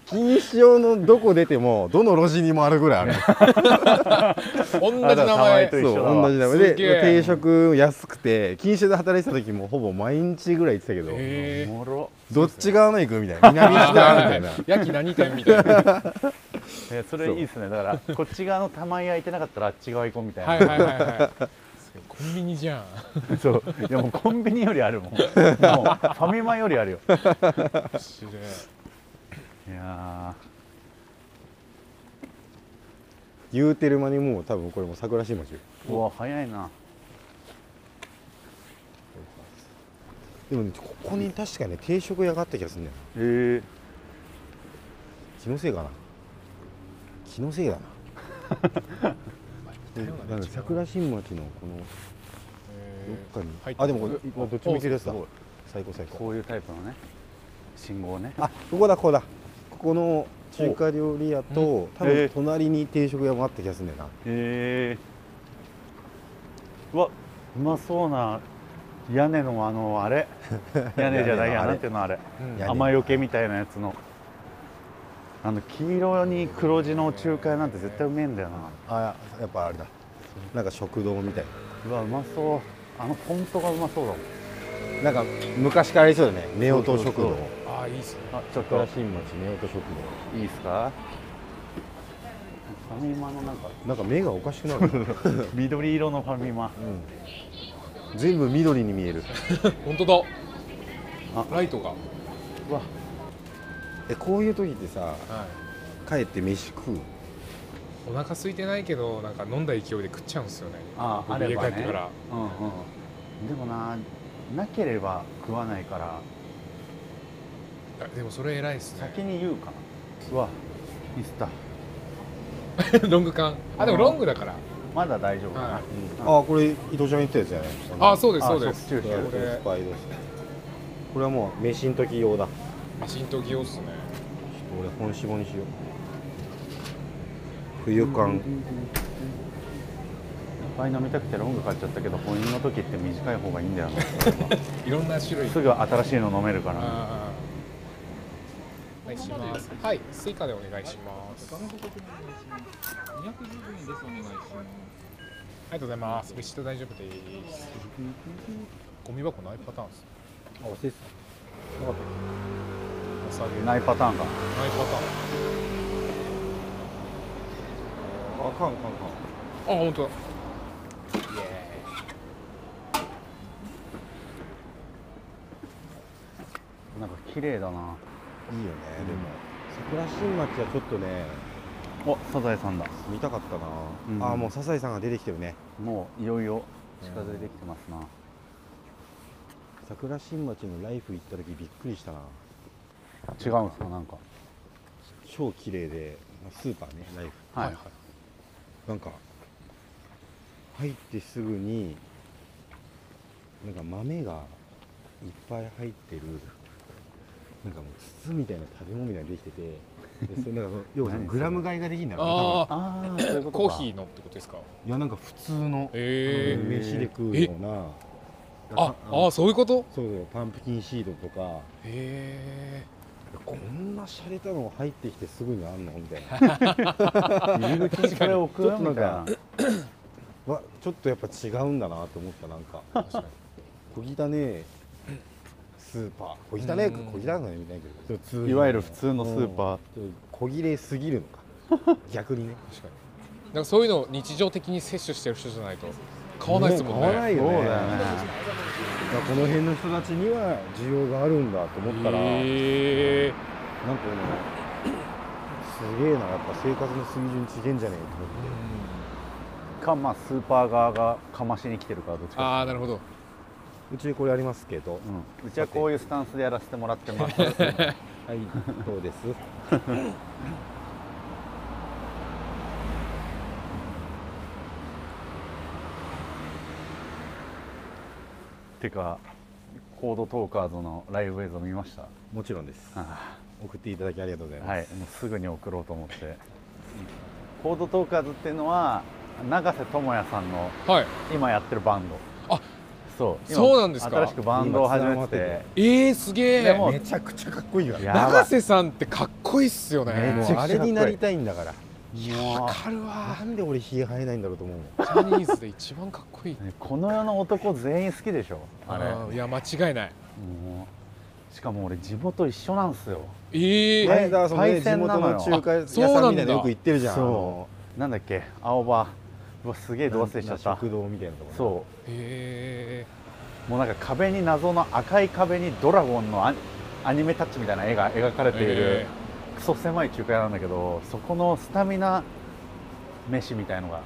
[SPEAKER 2] 錦糸町のどこ出てもどの路地にもあるぐらいある
[SPEAKER 3] 同じ
[SPEAKER 1] あだ
[SPEAKER 3] 名
[SPEAKER 1] から玉井
[SPEAKER 3] 前
[SPEAKER 1] と一
[SPEAKER 2] そ
[SPEAKER 1] 緒
[SPEAKER 2] う
[SPEAKER 1] だわ
[SPEAKER 2] 同じ名前
[SPEAKER 3] す
[SPEAKER 2] で
[SPEAKER 3] げえ
[SPEAKER 2] 定食安くて錦糸町で働いてた時もほぼ毎日ぐらい行ってたけど、
[SPEAKER 1] お
[SPEAKER 3] え
[SPEAKER 1] もろ
[SPEAKER 2] どっち側の行くみたいな南側みた いな
[SPEAKER 3] ー 焼き何店みたいなはい
[SPEAKER 1] えそれいいですねだからこっち側の玉井空いてなかったらあっち側行こうみたいな、
[SPEAKER 3] はいはいはいコンビニじゃん
[SPEAKER 1] そういやもうコンビニよりあ るもんもうファミマよりあるよ
[SPEAKER 3] 面白い
[SPEAKER 1] いや
[SPEAKER 2] 言うてる間にもう多分これもう桜新町
[SPEAKER 1] ーうわ早いな
[SPEAKER 2] でもねここに確かね定食屋があった気がするんだよ
[SPEAKER 1] えー、
[SPEAKER 2] 気のせいかな気のせいだな
[SPEAKER 3] 似たようなね
[SPEAKER 2] なんか桜新町のこの
[SPEAKER 3] え
[SPEAKER 2] どっかに、
[SPEAKER 3] ー入って
[SPEAKER 2] あでもこれ
[SPEAKER 3] お
[SPEAKER 2] どっちも行けるやつだ
[SPEAKER 1] おすごい
[SPEAKER 2] 最高最高
[SPEAKER 1] こういうタイプのね信号ね
[SPEAKER 2] あここだここだここの中華料理屋と多
[SPEAKER 1] え
[SPEAKER 2] 分
[SPEAKER 1] ー
[SPEAKER 2] 隣に定食屋もあった気がするんだよな
[SPEAKER 1] えー、うわうまそうな屋根のあのあれ屋根じゃないや
[SPEAKER 2] 屋根のあれ
[SPEAKER 1] なんていうのあれ
[SPEAKER 3] うん
[SPEAKER 2] 屋根
[SPEAKER 1] 雨よけみたいなやつのあの黄色に黒地の中華屋なんて絶対うめえんだよな
[SPEAKER 2] あやっぱあれだなんか食堂みたいう
[SPEAKER 1] わうまそうあのフォントがうまそうだもん
[SPEAKER 2] ななんか昔からありそうだねネオト食
[SPEAKER 1] そう
[SPEAKER 2] 堂
[SPEAKER 1] そう
[SPEAKER 3] ああいいっすね
[SPEAKER 1] あちょっと
[SPEAKER 2] 桜新町ネオト食堂
[SPEAKER 1] いいですかファミマのなんか
[SPEAKER 2] なんか目がおかしくなるな、
[SPEAKER 1] 緑色のファミマ
[SPEAKER 2] うん、全部緑に見える
[SPEAKER 3] 本当だ
[SPEAKER 1] あ
[SPEAKER 3] ライトが、は
[SPEAKER 1] うわ
[SPEAKER 2] えこういう時ってさ
[SPEAKER 3] い、
[SPEAKER 2] 帰って飯食う
[SPEAKER 3] お腹空いてないけどなんか飲んだ勢いで食っちゃうんですよね
[SPEAKER 1] ああ
[SPEAKER 3] 僕
[SPEAKER 1] れ
[SPEAKER 3] 家
[SPEAKER 1] ば
[SPEAKER 3] 帰
[SPEAKER 1] ね
[SPEAKER 3] ってから
[SPEAKER 1] うんうんでもななければ食わないから
[SPEAKER 3] あでもそれ偉いっすね
[SPEAKER 1] 先に言うかなうわミスった
[SPEAKER 3] ロング缶あでもロングだから
[SPEAKER 1] まだ大丈夫かな、
[SPEAKER 3] はい
[SPEAKER 2] あこれ伊藤ちゃん言ったやつやね
[SPEAKER 3] あそうですそう
[SPEAKER 1] あ
[SPEAKER 3] です
[SPEAKER 1] そっち
[SPEAKER 3] こ
[SPEAKER 2] ス
[SPEAKER 3] れ
[SPEAKER 2] パイですこれはもう飯の時用だちょ
[SPEAKER 3] 浸透起用っすね
[SPEAKER 2] っと俺本絞にしよう冬感
[SPEAKER 1] いっぱい飲みたくてロング買っちゃったけど本飲の時って短い方がいいんだよな
[SPEAKER 3] いろんな種類
[SPEAKER 1] すぐ新しいの飲めるから
[SPEAKER 3] あーお願いしますはいスイカでお願いしますあ
[SPEAKER 5] 210円ですお願いします
[SPEAKER 3] りがとうございますレシート大丈夫ですゴミ箱ないパターンっすね
[SPEAKER 2] あ忘れて
[SPEAKER 3] お下げない
[SPEAKER 1] ないパターンが
[SPEAKER 2] た
[SPEAKER 3] パ
[SPEAKER 2] あかんあかんあかん
[SPEAKER 3] ターンあ本当だ
[SPEAKER 1] なんか綺麗だない
[SPEAKER 2] いよねでも桜新町はちょっとね
[SPEAKER 1] おサザエさんだ
[SPEAKER 2] 見たかったな、
[SPEAKER 1] うん
[SPEAKER 2] あもう笹井さんが出てきてるね
[SPEAKER 1] もういよいよ近づいてきてますな、
[SPEAKER 2] 桜新町のライフ行った時びっくりしたな
[SPEAKER 1] 違うんですかなんか
[SPEAKER 2] 超綺麗でスーパーねライフ
[SPEAKER 1] はい、
[SPEAKER 2] なんか入ってすぐになんか豆がいっぱい入ってるなんかもう筒みたいな食べ物みたいなのできててでそれなんか その要はその
[SPEAKER 1] 何そ
[SPEAKER 2] グ
[SPEAKER 1] れ
[SPEAKER 2] ラム買いができるんだろうね多分
[SPEAKER 3] ああ
[SPEAKER 1] ああそういうこと
[SPEAKER 3] コ
[SPEAKER 1] か
[SPEAKER 3] ーヒーのってことですか
[SPEAKER 2] いやなんか普通の
[SPEAKER 3] ええ
[SPEAKER 2] 飯で食うような
[SPEAKER 3] ああーそういうこと
[SPEAKER 2] そうそうパンプキンシードとか
[SPEAKER 3] へ
[SPEAKER 2] こんな洒落たの入ってきてすぐにあんのみたい な
[SPEAKER 1] 入り口にこれ置く
[SPEAKER 2] ちょっとな
[SPEAKER 1] み
[SPEAKER 2] ん
[SPEAKER 1] たいな
[SPEAKER 2] かわちょっとやっぱ違うんだなと思ったなんか
[SPEAKER 3] え確かに
[SPEAKER 2] 小汚ねえスーパー小汚ねえか
[SPEAKER 3] うん
[SPEAKER 2] 小汚ねえみたいなけど普通の
[SPEAKER 1] いわゆる普通のスーパー
[SPEAKER 2] うん小切れすぎる のか逆にね
[SPEAKER 3] 確かになんかそういうのを日常的に摂取してる人じゃないと買わないですもんね
[SPEAKER 2] 買わないよね
[SPEAKER 1] そうだよね
[SPEAKER 2] だからこの辺の人たちには需要があるんだと思ったら、
[SPEAKER 3] へえ
[SPEAKER 2] なんかもうすげえなやっぱ生活の水準違えんじゃねえと思って
[SPEAKER 1] かまあスーパー側がかましに来てるからどっちか
[SPEAKER 3] ああなるほど
[SPEAKER 2] うちにこれありますけど、
[SPEAKER 1] うんうちはこういうスタンスでやらせてもらってます
[SPEAKER 2] はいどうです
[SPEAKER 1] てかコードトーカーズのライブ映像見ました
[SPEAKER 2] もちろんです
[SPEAKER 1] あ
[SPEAKER 2] 送っていただきありがとうござい
[SPEAKER 1] ー
[SPEAKER 2] ます、
[SPEAKER 1] はいもうすぐに送ろうと思ってコードトーカーズっていうのは永瀬智也さんの
[SPEAKER 3] はい
[SPEAKER 1] 今やってるバンド
[SPEAKER 3] あ
[SPEAKER 1] そう今
[SPEAKER 3] そうなんですか
[SPEAKER 1] 新しくバンドを始めて
[SPEAKER 2] 今繋
[SPEAKER 1] て
[SPEAKER 2] がって
[SPEAKER 3] えー、すげ
[SPEAKER 1] で
[SPEAKER 3] え
[SPEAKER 1] も
[SPEAKER 2] めちゃくちゃかっこいいよ
[SPEAKER 1] やば
[SPEAKER 3] 永
[SPEAKER 1] い
[SPEAKER 3] 瀬さんってかっこいいっすよ
[SPEAKER 1] め
[SPEAKER 3] ね
[SPEAKER 1] っ
[SPEAKER 2] も
[SPEAKER 1] ちゃくちゃ
[SPEAKER 2] う
[SPEAKER 1] かっこいい
[SPEAKER 2] あれになりたいんだから
[SPEAKER 1] もう
[SPEAKER 3] わかるわ
[SPEAKER 2] なんで俺ひげ生えないんだろうと思うもん
[SPEAKER 3] ジャニーズで一番かっこいい
[SPEAKER 1] ねこの世の男全員好きでしょ あれ
[SPEAKER 3] ーいや間違いない
[SPEAKER 1] もうしかも俺地元一緒なんすよ
[SPEAKER 3] ええ
[SPEAKER 1] は
[SPEAKER 2] 前
[SPEAKER 1] い
[SPEAKER 2] だからそのね
[SPEAKER 1] 海
[SPEAKER 2] 地
[SPEAKER 1] 鮮な
[SPEAKER 2] 元
[SPEAKER 1] のよ
[SPEAKER 2] の中華屋
[SPEAKER 3] あそうなんだ
[SPEAKER 2] さんみたいなのよく行ってるじゃん
[SPEAKER 1] そう
[SPEAKER 2] あの
[SPEAKER 1] なんだっけ青葉うわすげえどうせしちゃっ
[SPEAKER 2] な
[SPEAKER 1] た
[SPEAKER 2] 食堂みたいなとこね
[SPEAKER 1] そ
[SPEAKER 3] え
[SPEAKER 1] うもうなんか壁に謎の赤い壁にドラゴンのアニアニメタッチみたいな絵が描かれている
[SPEAKER 3] え
[SPEAKER 1] クソ狭い中華屋なんだけどそこのスタミナ飯みたいのが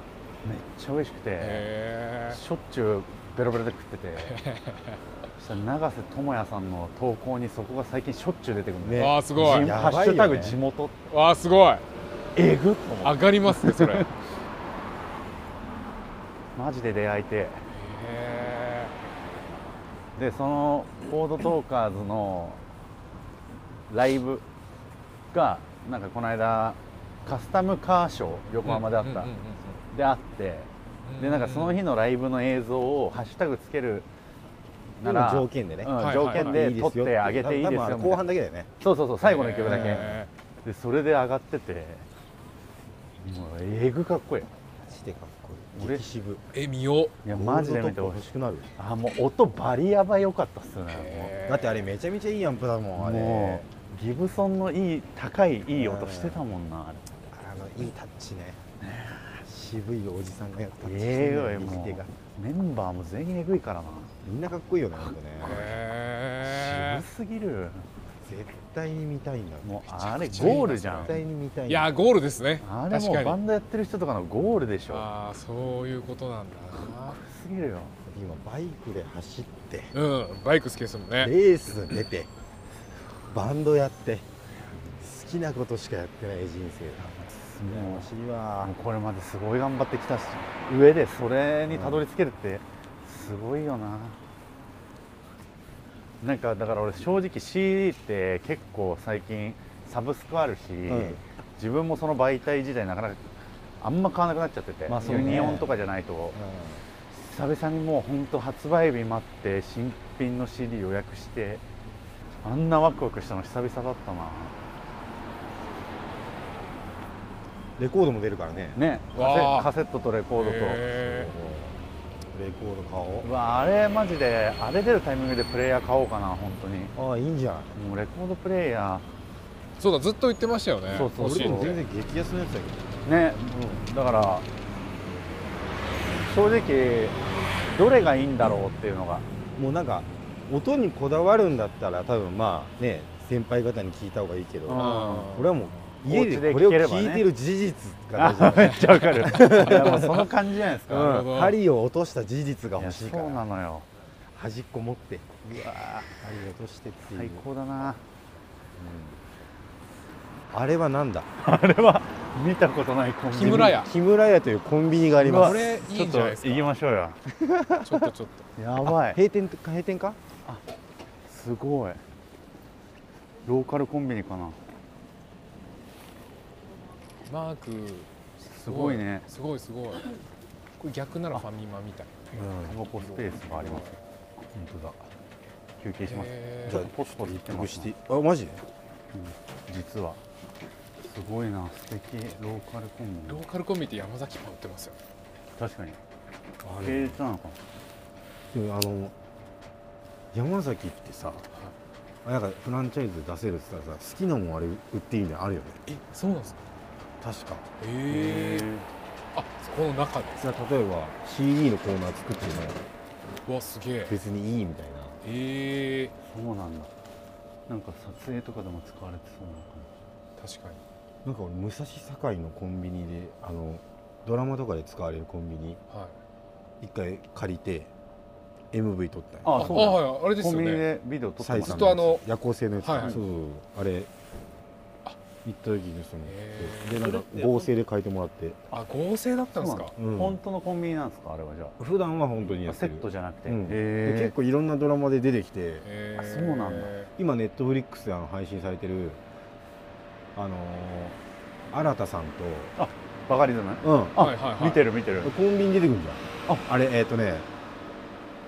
[SPEAKER 1] めっちゃ美味しくて
[SPEAKER 3] ー、え
[SPEAKER 1] しょっちゅうベロベロで食ってて そしたら永瀬智也さんの投稿にそこが最近しょっちゅう出てくるん
[SPEAKER 3] ー、
[SPEAKER 1] で、
[SPEAKER 2] ね
[SPEAKER 3] わあすごい
[SPEAKER 2] や
[SPEAKER 1] ハ
[SPEAKER 2] ばいよね
[SPEAKER 1] ッシュタグ地元
[SPEAKER 3] わあすごい
[SPEAKER 1] えぐっと思って
[SPEAKER 3] 上がりますね それへ
[SPEAKER 1] マジで出会いて
[SPEAKER 3] え
[SPEAKER 1] でそのコードトーカーズのライブがなんかこの間カスタムカーショー横浜であった、
[SPEAKER 3] うんうん
[SPEAKER 1] であって
[SPEAKER 3] うん
[SPEAKER 1] でなんかその日のライブの映像をハッシュタグつけるなら
[SPEAKER 2] 今条件でね
[SPEAKER 1] うん
[SPEAKER 3] はいはい
[SPEAKER 1] 条件で撮ってあげていいです
[SPEAKER 2] 多分あ
[SPEAKER 1] よ
[SPEAKER 2] れ
[SPEAKER 1] みたい
[SPEAKER 2] 後
[SPEAKER 1] な
[SPEAKER 2] 半だけだよね
[SPEAKER 1] そうそうそう最後の一曲だけ、
[SPEAKER 3] へ
[SPEAKER 1] でそれで上がっててもうえぐかっこいい
[SPEAKER 2] マジでかっこいい
[SPEAKER 1] 俺
[SPEAKER 2] 激渋
[SPEAKER 3] ーえ見よ
[SPEAKER 1] い
[SPEAKER 3] う
[SPEAKER 1] やマジで見て
[SPEAKER 2] ゴー
[SPEAKER 1] ほし
[SPEAKER 2] ルドトップ
[SPEAKER 1] い
[SPEAKER 2] 欲しくなる
[SPEAKER 1] あもう音バリヤバ良かったっすねもう
[SPEAKER 3] へー
[SPEAKER 2] だってあれめちゃめちゃいいアンプだもんあれ
[SPEAKER 1] もうギブソンのいい高いいい音してたもんなあれ
[SPEAKER 2] あのいいタッチね渋いおじさんがやった
[SPEAKER 1] ええよ
[SPEAKER 2] 右
[SPEAKER 1] も
[SPEAKER 2] 手が
[SPEAKER 1] うメンバーも全員えぐいからな
[SPEAKER 2] みんなかっこいいよねほんとね
[SPEAKER 3] へ
[SPEAKER 1] 渋すぎる
[SPEAKER 2] 絶対に見たいんだも
[SPEAKER 1] もうあれ
[SPEAKER 3] めちゃくちゃいいな
[SPEAKER 1] ゴールじゃん
[SPEAKER 2] 絶対に見たい
[SPEAKER 3] ー
[SPEAKER 2] ん
[SPEAKER 3] い
[SPEAKER 2] だ
[SPEAKER 3] やーゴールですね
[SPEAKER 1] あれも
[SPEAKER 3] 確
[SPEAKER 1] う
[SPEAKER 3] か
[SPEAKER 1] バ
[SPEAKER 3] に
[SPEAKER 1] ンドやってる人とかのゴールでしょ
[SPEAKER 3] ああそういうことなんだ
[SPEAKER 1] すぎるよ
[SPEAKER 2] 今バイクで走って
[SPEAKER 3] なうんバイク好きですもんね
[SPEAKER 2] レース出てバンドやって好きなことしかやってない人生だ
[SPEAKER 1] も
[SPEAKER 2] も
[SPEAKER 1] う
[SPEAKER 2] う知りは
[SPEAKER 1] もうこれまですごい頑張ってきたし上でそれにたどり着けるってすごいよななんかだから俺正直 CD って結構最近サブスクあるし、
[SPEAKER 2] ん
[SPEAKER 1] 自分もその媒体時代なかなかあんま買わなくなっちゃってて、
[SPEAKER 2] まあそう
[SPEAKER 1] ユ
[SPEAKER 2] ね
[SPEAKER 1] ニオンとかじゃないと久々にもう本当発売日待って新品の CD 予約してあんなワクワクしたの久々だったな
[SPEAKER 2] レコードも出るからね
[SPEAKER 1] ねカ
[SPEAKER 3] わ
[SPEAKER 1] セカ
[SPEAKER 3] あ
[SPEAKER 1] セットとレコードと。
[SPEAKER 3] へ
[SPEAKER 2] レコード買お
[SPEAKER 1] うわあれマジであれ出るタイミングでプレイヤー買おうかな本当に
[SPEAKER 2] うああいいんじゃない
[SPEAKER 1] もうレコードプレイヤ
[SPEAKER 3] ーそうだずっと言ってましたよね
[SPEAKER 1] そうそうそう
[SPEAKER 3] 欲しい
[SPEAKER 2] 俺
[SPEAKER 3] っ
[SPEAKER 2] も
[SPEAKER 3] て
[SPEAKER 2] 全然激安のやつだけ
[SPEAKER 1] ー
[SPEAKER 2] ど
[SPEAKER 1] ね、だから正直どれがいいんだろうっていうの が
[SPEAKER 2] もうなんか音にこだわるんだったら多分まあね先輩方に聞いた方がいいけど、
[SPEAKER 1] うん
[SPEAKER 2] 俺はもう家
[SPEAKER 1] お家で
[SPEAKER 2] でこれを
[SPEAKER 1] 聞ければね
[SPEAKER 2] 聞いてる事実が大事
[SPEAKER 1] あ めっちゃわかる いやもうその感じじゃないです
[SPEAKER 2] う
[SPEAKER 1] か、
[SPEAKER 3] なるほ
[SPEAKER 2] ん
[SPEAKER 3] ど
[SPEAKER 2] 針を落とした事実が
[SPEAKER 1] いや
[SPEAKER 2] 欲しいか
[SPEAKER 1] そうな
[SPEAKER 2] ら
[SPEAKER 1] のよ
[SPEAKER 2] 端っこ持ってうわ針落としてっていう
[SPEAKER 1] 最高だな
[SPEAKER 2] あれはなんだ
[SPEAKER 1] あれは見たことないコンビニ
[SPEAKER 3] 木村屋
[SPEAKER 2] 木村屋というコンビニがありま
[SPEAKER 3] こ
[SPEAKER 2] す
[SPEAKER 3] れいいんじゃないです
[SPEAKER 1] ちょっと行き
[SPEAKER 3] か
[SPEAKER 1] ましょうよ
[SPEAKER 3] ちょっとちょっと
[SPEAKER 1] やばい
[SPEAKER 2] 閉店か閉店か
[SPEAKER 1] あすごいローカルコンビニかな
[SPEAKER 3] マーク
[SPEAKER 1] すごいね
[SPEAKER 3] すごいすごいこれ逆ならファミマみたい
[SPEAKER 1] タバコスペースがあります
[SPEAKER 2] 本当だ
[SPEAKER 1] 休憩します
[SPEAKER 3] へ
[SPEAKER 1] ちょっ
[SPEAKER 3] ー
[SPEAKER 1] とポストに行って
[SPEAKER 2] ブ
[SPEAKER 1] ます
[SPEAKER 2] シ
[SPEAKER 1] な
[SPEAKER 2] ティあマジで
[SPEAKER 1] 実はすごいな素敵ローカルコンビ
[SPEAKER 3] ロ
[SPEAKER 1] ニ
[SPEAKER 3] ーカルコンビニって山崎パン売ってますよね
[SPEAKER 1] 確かに
[SPEAKER 2] あの
[SPEAKER 1] 系列なのかな
[SPEAKER 2] でもあの山崎ってさあなんかフランチャイズ出せるって言ったらさ好きなもんあれ売っていいみたいなのあるよね
[SPEAKER 3] えそうなんですか
[SPEAKER 2] 確か
[SPEAKER 3] へえあそこの中で
[SPEAKER 2] じゃあ例えば CD のコーナー作っても
[SPEAKER 3] うわすげえ
[SPEAKER 2] 別にいいみたい
[SPEAKER 3] え
[SPEAKER 1] そ
[SPEAKER 3] ー、
[SPEAKER 1] うなんだなんか撮影とかでも使われてそうなのかな
[SPEAKER 3] 確かに
[SPEAKER 2] ななんか俺武蔵境のコンビニであのドラマとかで使われるコンビニ
[SPEAKER 3] はい
[SPEAKER 2] 一回借りて MV 撮った
[SPEAKER 1] あ
[SPEAKER 2] よ
[SPEAKER 1] そうなの
[SPEAKER 3] あはいあれです
[SPEAKER 1] コン
[SPEAKER 3] よ
[SPEAKER 1] ビニ
[SPEAKER 3] ね
[SPEAKER 1] でビデオ撮って
[SPEAKER 2] サイ
[SPEAKER 1] ます
[SPEAKER 2] ズ
[SPEAKER 3] ずっとあの
[SPEAKER 2] 夜行性のやつ、
[SPEAKER 3] はいはい
[SPEAKER 2] そうそうそうあれ
[SPEAKER 3] あ
[SPEAKER 2] 行った時にその
[SPEAKER 3] へー
[SPEAKER 2] でなんか合成で書いてもらって、
[SPEAKER 3] あ合成だったんです
[SPEAKER 1] そう
[SPEAKER 3] か
[SPEAKER 1] な
[SPEAKER 2] うん
[SPEAKER 1] 本当のコンビニなんですかあれはじゃ
[SPEAKER 2] 普段は本当に
[SPEAKER 1] あ
[SPEAKER 2] や
[SPEAKER 1] あ
[SPEAKER 2] って
[SPEAKER 1] セ
[SPEAKER 2] る
[SPEAKER 1] ットじゃなくて、
[SPEAKER 2] うんで
[SPEAKER 1] へ
[SPEAKER 2] 結構いろんなドラマで出てきて
[SPEAKER 3] へ
[SPEAKER 1] あそうなんだ
[SPEAKER 2] 今ネットフリックスであの配信されてるあのー新田さん
[SPEAKER 1] えバカリズム
[SPEAKER 2] と、うん、
[SPEAKER 1] あ、
[SPEAKER 3] はいはいはい
[SPEAKER 1] 見てる見てる
[SPEAKER 2] コンビニ出てくるんじゃんああれえっ、とね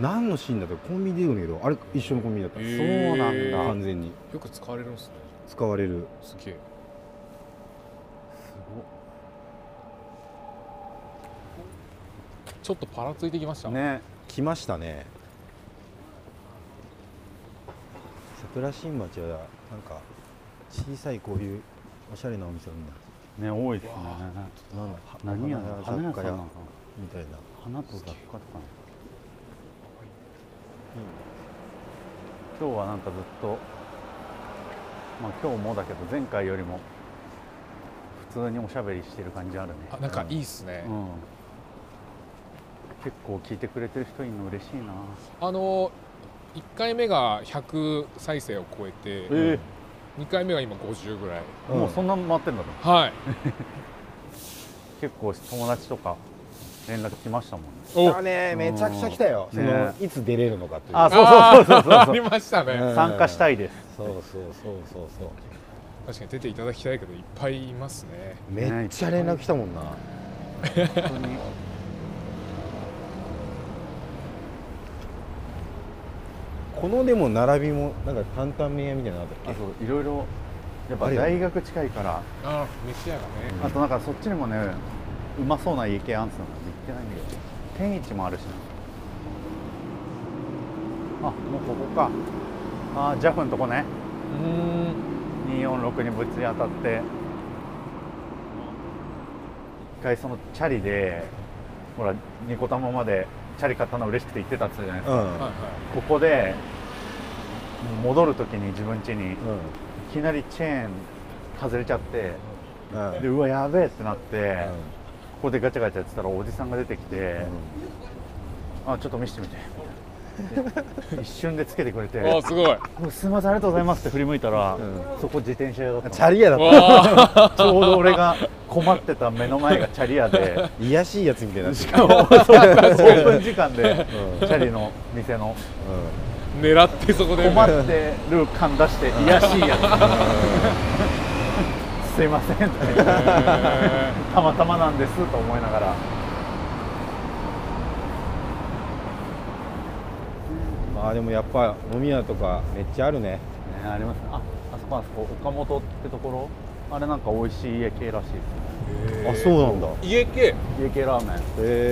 [SPEAKER 2] 何のシーンだとコンビニ出てくるんだけどあれ一緒のコンビニだった、
[SPEAKER 3] へ
[SPEAKER 1] そうなんだ
[SPEAKER 3] え
[SPEAKER 2] 完全に
[SPEAKER 3] よく使われるんですね
[SPEAKER 2] 使われる
[SPEAKER 3] すげ
[SPEAKER 1] す
[SPEAKER 3] え
[SPEAKER 1] ご
[SPEAKER 3] ちょっとパラついてきました
[SPEAKER 1] っね
[SPEAKER 2] 来ましたね桜新町はなんか小さいこういうおしゃれなお店なんだ
[SPEAKER 1] ね多いですね
[SPEAKER 3] わあ
[SPEAKER 2] なんだ
[SPEAKER 1] 何や花屋さん
[SPEAKER 2] 花屋雑貨
[SPEAKER 1] な
[SPEAKER 2] 屋
[SPEAKER 1] のか
[SPEAKER 2] みたいな
[SPEAKER 1] な花と雑貨とかな今日はなんかずっとまあ今日もだけど前回よりも普通におしゃべりしてる感じあるね
[SPEAKER 3] あなんかいいっすね、
[SPEAKER 1] うん結構聞いてくれてる人いるの嬉しいな
[SPEAKER 3] あの1回目が100再生を超えて、
[SPEAKER 1] え
[SPEAKER 3] 2回目が今50ぐらい
[SPEAKER 2] うん
[SPEAKER 1] もうそんな回ってるんだろ
[SPEAKER 3] はい
[SPEAKER 1] 結構友達とか連絡来ましたもんね
[SPEAKER 3] お
[SPEAKER 2] あねめちゃくちゃ来たよ、
[SPEAKER 1] うん
[SPEAKER 2] その
[SPEAKER 1] ね
[SPEAKER 2] いつ出れるのかっていう
[SPEAKER 1] あ
[SPEAKER 3] あ
[SPEAKER 1] そうそうそうそう そう
[SPEAKER 3] ーありましたね、
[SPEAKER 2] うん
[SPEAKER 1] 参加したいです
[SPEAKER 2] そうそうそうそうそう
[SPEAKER 3] 確かに出ていただきたいけどいっぱいいますね
[SPEAKER 2] めっちゃ連絡来たもんな、
[SPEAKER 1] 本当に
[SPEAKER 2] このでも並びもなんか担々麺屋みたいなのあった
[SPEAKER 1] あ
[SPEAKER 2] っけ
[SPEAKER 1] といろいろやっぱ
[SPEAKER 2] あるよね
[SPEAKER 1] 大学近いから
[SPEAKER 3] あー飯屋がね、
[SPEAKER 1] あとなんかそっちにもねうまそうな家系あんすの行ってないんだけど天一もあるしなあもうここかあージャフのとこね
[SPEAKER 3] うん
[SPEAKER 1] 246にぶち当たって一回そのチャリでほらニコタマまでチャリ買ったの嬉しくて行ってたっつったじゃないです
[SPEAKER 2] う
[SPEAKER 1] か、
[SPEAKER 2] ん、
[SPEAKER 3] はいは
[SPEAKER 1] ここで戻る時に自分家にいきなりチェーン外れちゃって
[SPEAKER 2] うんうん
[SPEAKER 1] でうわやべえってなって、
[SPEAKER 2] うん
[SPEAKER 1] ここでガチャガチャやってたらおじさんが出てきて、あちょっと見せてみて一瞬でつけてくれて
[SPEAKER 3] いおーすごい
[SPEAKER 1] 「すいませんありがとうございます」って振り向いたら、
[SPEAKER 2] う
[SPEAKER 1] そこ自転車屋だった
[SPEAKER 2] うん
[SPEAKER 1] の
[SPEAKER 2] チャリ屋だった
[SPEAKER 3] わあ
[SPEAKER 1] ちょうど俺が困ってた目の前がチャリ屋で
[SPEAKER 2] いやしいやつみたいになって
[SPEAKER 1] し
[SPEAKER 2] る
[SPEAKER 1] かもオープン時間でチャリの店の
[SPEAKER 3] 狙ってそこで
[SPEAKER 1] 困ってる感出していやしいやつすいませんって
[SPEAKER 3] へ
[SPEAKER 1] たまたまなんですと思いながら
[SPEAKER 2] うんまあでもやっぱ飲み屋とかめっちゃあるね
[SPEAKER 1] ねありますねああそこあそこ岡本ってところあれなんか美味しい家系らしいで
[SPEAKER 3] ー
[SPEAKER 2] あそうなんだ
[SPEAKER 3] 家系
[SPEAKER 1] すね家系ラーメン
[SPEAKER 2] へ
[SPEAKER 1] よ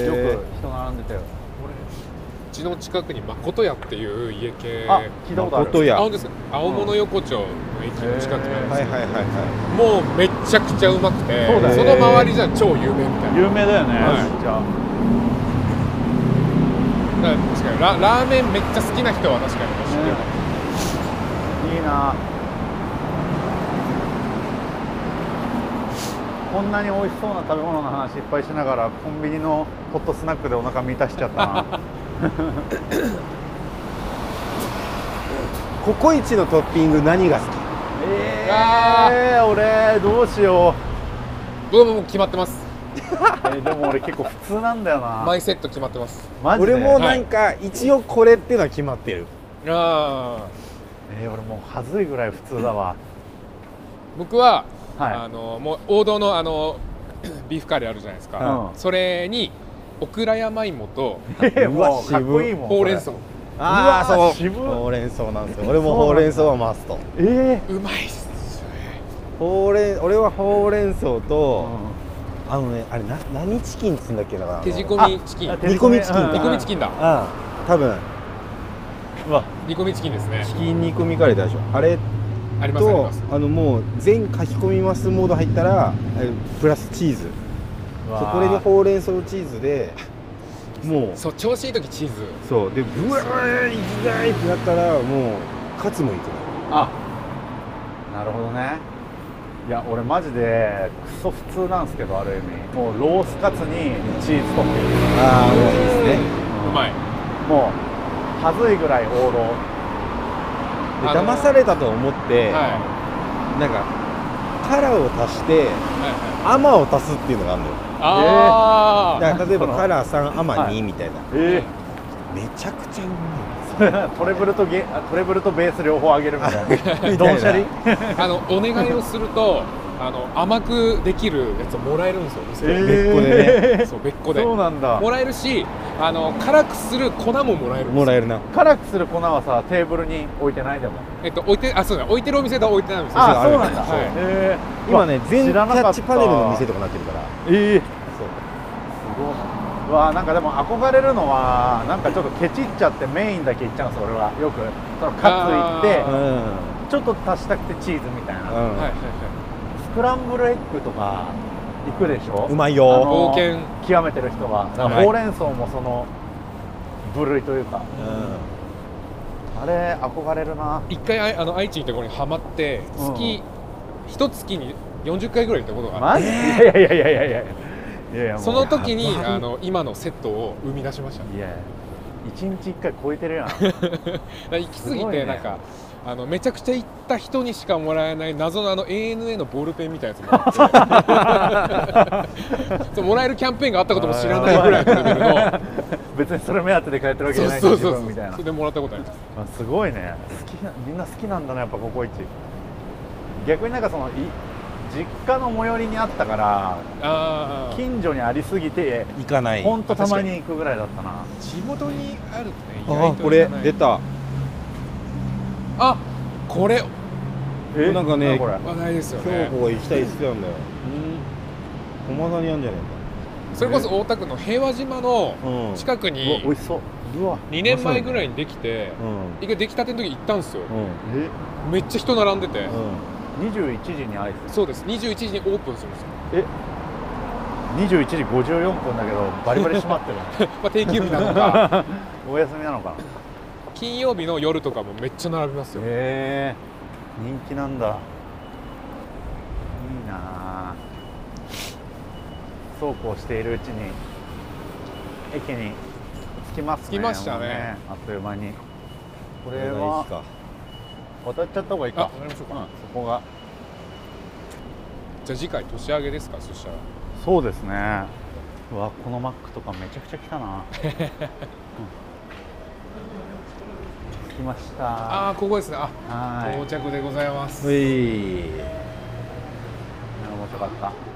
[SPEAKER 2] え
[SPEAKER 1] く人並んでたよ、
[SPEAKER 3] うちの近くに誠屋っていう家系
[SPEAKER 1] あ聞いたことある
[SPEAKER 2] 誠
[SPEAKER 3] あ
[SPEAKER 2] 屋
[SPEAKER 3] 本当ですか青物横丁の駅の近くにあるんですけど
[SPEAKER 2] はいはいはいは
[SPEAKER 3] もうめちゃくちゃうまくて
[SPEAKER 1] そうだよね
[SPEAKER 3] の周りじゃ超有名みたいな
[SPEAKER 1] 有名だよね、
[SPEAKER 3] はい
[SPEAKER 1] じゃあ
[SPEAKER 3] だから確かにララーメンめっちゃ好きな人は確かに知ってる、
[SPEAKER 1] いいなこんなに美味しそうな食べ物の話いっぱいしながらコンビニのホットスナックでお腹満たしちゃったな
[SPEAKER 2] いココイチのトッピング何が好き
[SPEAKER 1] えー、俺どうしよ
[SPEAKER 3] 僕ももう決まってます
[SPEAKER 1] う、えーでも俺結構普通なんだよな
[SPEAKER 3] 毎セット決まってます
[SPEAKER 1] マジで
[SPEAKER 2] 俺もなんか一応これっていうのは決まってる、
[SPEAKER 3] あ
[SPEAKER 1] えー、俺もう恥ずいぐらい普通だわ
[SPEAKER 3] 僕は、
[SPEAKER 1] はい
[SPEAKER 3] あのもう王道のあの ビーフカレーあるじゃないですか、
[SPEAKER 1] うん
[SPEAKER 3] それにオクラ山芋と
[SPEAKER 1] えー
[SPEAKER 2] う わ
[SPEAKER 1] もうかっこいいもん
[SPEAKER 3] ほうれん草
[SPEAKER 1] こ
[SPEAKER 2] あ
[SPEAKER 1] うわー
[SPEAKER 2] あそう
[SPEAKER 1] 渋っ
[SPEAKER 2] ほうれん草なんですよ俺もほうれん草はマスト
[SPEAKER 1] れえ
[SPEAKER 3] うまいっすね
[SPEAKER 2] ほうれん俺はほうれん草
[SPEAKER 1] ー
[SPEAKER 2] と、あのねあれな何チキンっつうんだっけだから
[SPEAKER 3] 手仕込みチキン
[SPEAKER 1] あ
[SPEAKER 3] 煮
[SPEAKER 1] 手
[SPEAKER 2] 煮込みチキンだ
[SPEAKER 1] うん
[SPEAKER 3] 込みチキンだ
[SPEAKER 2] ああ多分
[SPEAKER 1] うわ
[SPEAKER 3] 煮込みチキンですね
[SPEAKER 2] チキン煮込みカレーでしょあれ
[SPEAKER 3] ありますあり
[SPEAKER 2] と
[SPEAKER 3] ます
[SPEAKER 2] あのもう全書き込みますモード入ったらえプラスチーズ
[SPEAKER 1] う
[SPEAKER 2] そ
[SPEAKER 1] わ
[SPEAKER 2] こでほうれん草チーズでもう
[SPEAKER 3] そう調子いい時チーズ
[SPEAKER 2] そうでブワーいきないってなったらもうカツもいく
[SPEAKER 1] あなるほどねいや俺マジでクソ普通なんですけどある意味もうロースカツにチーズトッピング
[SPEAKER 2] ああもういいですね
[SPEAKER 3] うまい
[SPEAKER 1] もう恥ずいぐらい王道
[SPEAKER 2] で
[SPEAKER 3] あの
[SPEAKER 2] 騙されたと思って、
[SPEAKER 3] はい
[SPEAKER 2] なんかカラーを足して
[SPEAKER 3] はいはい
[SPEAKER 2] アマを足すっていうのがあるのよ
[SPEAKER 3] ああ
[SPEAKER 2] だから例えば
[SPEAKER 1] その
[SPEAKER 2] カラー3アマ
[SPEAKER 1] は
[SPEAKER 2] 2
[SPEAKER 1] い
[SPEAKER 2] みたいな、
[SPEAKER 1] え
[SPEAKER 2] めちゃくちゃうま
[SPEAKER 1] え トレブルとゲあトレブルとベース両方上げるみた いなドンシャリ
[SPEAKER 2] み
[SPEAKER 3] あのお願いをするとあの甘くできるやつをもらえるんですよ
[SPEAKER 1] えー
[SPEAKER 2] 別個で
[SPEAKER 3] そう別個で
[SPEAKER 1] そう
[SPEAKER 3] も
[SPEAKER 1] なんだ
[SPEAKER 3] らえるしあの辛くする粉ももら
[SPEAKER 2] いな
[SPEAKER 3] えるんです
[SPEAKER 2] も
[SPEAKER 3] よ
[SPEAKER 2] らえるな
[SPEAKER 1] 辛くする粉はさテーブルに置いてないでも
[SPEAKER 3] えっと置いてあそうだ置いてるお店と置いてないお店
[SPEAKER 2] あそうなん
[SPEAKER 3] だ
[SPEAKER 1] はい
[SPEAKER 3] そう
[SPEAKER 1] ええ
[SPEAKER 2] 今ね全
[SPEAKER 1] 知
[SPEAKER 2] キ
[SPEAKER 1] ら
[SPEAKER 2] ャ
[SPEAKER 1] なか
[SPEAKER 2] ッ
[SPEAKER 1] った
[SPEAKER 2] チパネルの店とかなってるから
[SPEAKER 1] ええ
[SPEAKER 2] そう
[SPEAKER 1] すごいうわなんかでも憧れるのはなんかちょっとケチっちゃってメインだけいっちゃうんです俺はよくそのカツいって
[SPEAKER 3] あ
[SPEAKER 1] ちょっと足したくてチーズみたいな、
[SPEAKER 2] うん、うん
[SPEAKER 3] はいはいはい
[SPEAKER 1] スクランブルエッグとか行くでしょ
[SPEAKER 2] うまい
[SPEAKER 1] あ
[SPEAKER 2] よ
[SPEAKER 1] の
[SPEAKER 3] 冒険
[SPEAKER 1] 極めてる人はだから
[SPEAKER 2] はい
[SPEAKER 1] ほうれん草もその部類というか
[SPEAKER 2] う
[SPEAKER 1] あれ憧れるな
[SPEAKER 3] 一回あいあの愛知にいた頃にハマって
[SPEAKER 1] うん
[SPEAKER 3] 月一月に40回ぐらい行ったことがあっ
[SPEAKER 1] マジ、いやいやいやいやいやいやいや
[SPEAKER 3] て
[SPEAKER 1] もう
[SPEAKER 3] その時に
[SPEAKER 2] やばい
[SPEAKER 3] あの今のセットを生み出しましたね
[SPEAKER 1] いや一日一回超えてるやん
[SPEAKER 3] だから行き過ぎ
[SPEAKER 1] すごい
[SPEAKER 3] て
[SPEAKER 1] ね
[SPEAKER 3] なんか、あのめちゃくちゃ行った人にしかもらえない謎のあの ANA のボールペンみたいなやつもらっ てそうもらえるキャンペーンがあったことも知らないぐらいのレベルの
[SPEAKER 1] 別にそれ目当てで通ってるわけじ
[SPEAKER 3] そ
[SPEAKER 1] ゃ
[SPEAKER 3] う
[SPEAKER 1] ない
[SPEAKER 3] そう
[SPEAKER 1] 自
[SPEAKER 3] そう
[SPEAKER 1] 分みたいな
[SPEAKER 3] それでもらったことあります
[SPEAKER 1] あすごいね好きなみんな好きなんだねやっぱココイチ逆になんかそのい実家の最寄りにあったから
[SPEAKER 3] あー
[SPEAKER 1] 近所にありすぎて
[SPEAKER 2] ん行かない
[SPEAKER 1] ほんとたまに行くぐらいだったな
[SPEAKER 3] 地元にあるね意外
[SPEAKER 2] あ
[SPEAKER 3] と
[SPEAKER 2] これ
[SPEAKER 3] 行かない
[SPEAKER 2] 出た
[SPEAKER 3] あこれ
[SPEAKER 2] えなんかね
[SPEAKER 1] なこれ
[SPEAKER 3] 話題ですよ
[SPEAKER 2] 京
[SPEAKER 3] ね
[SPEAKER 2] 子が行きたいって言ってたんだよ駒沢にあるんじゃね
[SPEAKER 3] それこそ大田区の平和島の
[SPEAKER 2] えかうん
[SPEAKER 3] 近く
[SPEAKER 1] うわ
[SPEAKER 3] に
[SPEAKER 1] 美味しそううわ
[SPEAKER 3] 2年前ぐらいにできて
[SPEAKER 2] うん
[SPEAKER 3] 一回出来たての時行ったんですよ
[SPEAKER 2] うん
[SPEAKER 1] え
[SPEAKER 3] めっちゃ人並んでて
[SPEAKER 2] う
[SPEAKER 1] 21時にアイス
[SPEAKER 3] そうです21時にオープンするんですよ
[SPEAKER 1] 21時54分だけどバリバリ閉ま ってる
[SPEAKER 3] まあ、定休日なの か
[SPEAKER 1] お休みなのかな
[SPEAKER 3] 金曜日の夜とかもめっちゃ並びますよ
[SPEAKER 1] へえ人気なんだいいなあそうこうしているうちに駅に着きますね
[SPEAKER 3] 着きましたね
[SPEAKER 1] もうあっという間にこ
[SPEAKER 2] ん
[SPEAKER 1] れ
[SPEAKER 2] ないっ
[SPEAKER 1] は
[SPEAKER 2] すか
[SPEAKER 1] 渡っちゃった方がいい
[SPEAKER 3] あ
[SPEAKER 1] か
[SPEAKER 3] 分かりましょ
[SPEAKER 1] う
[SPEAKER 3] う
[SPEAKER 1] ん
[SPEAKER 3] か
[SPEAKER 1] そこが
[SPEAKER 3] じゃあ次回年上げですかそしたら
[SPEAKER 1] そうですねうわこのマックとかめちゃくちゃ来た な、うん着きました
[SPEAKER 3] ああーここですねあ、
[SPEAKER 1] はい
[SPEAKER 3] 到着でございます
[SPEAKER 2] うい
[SPEAKER 1] 面白かった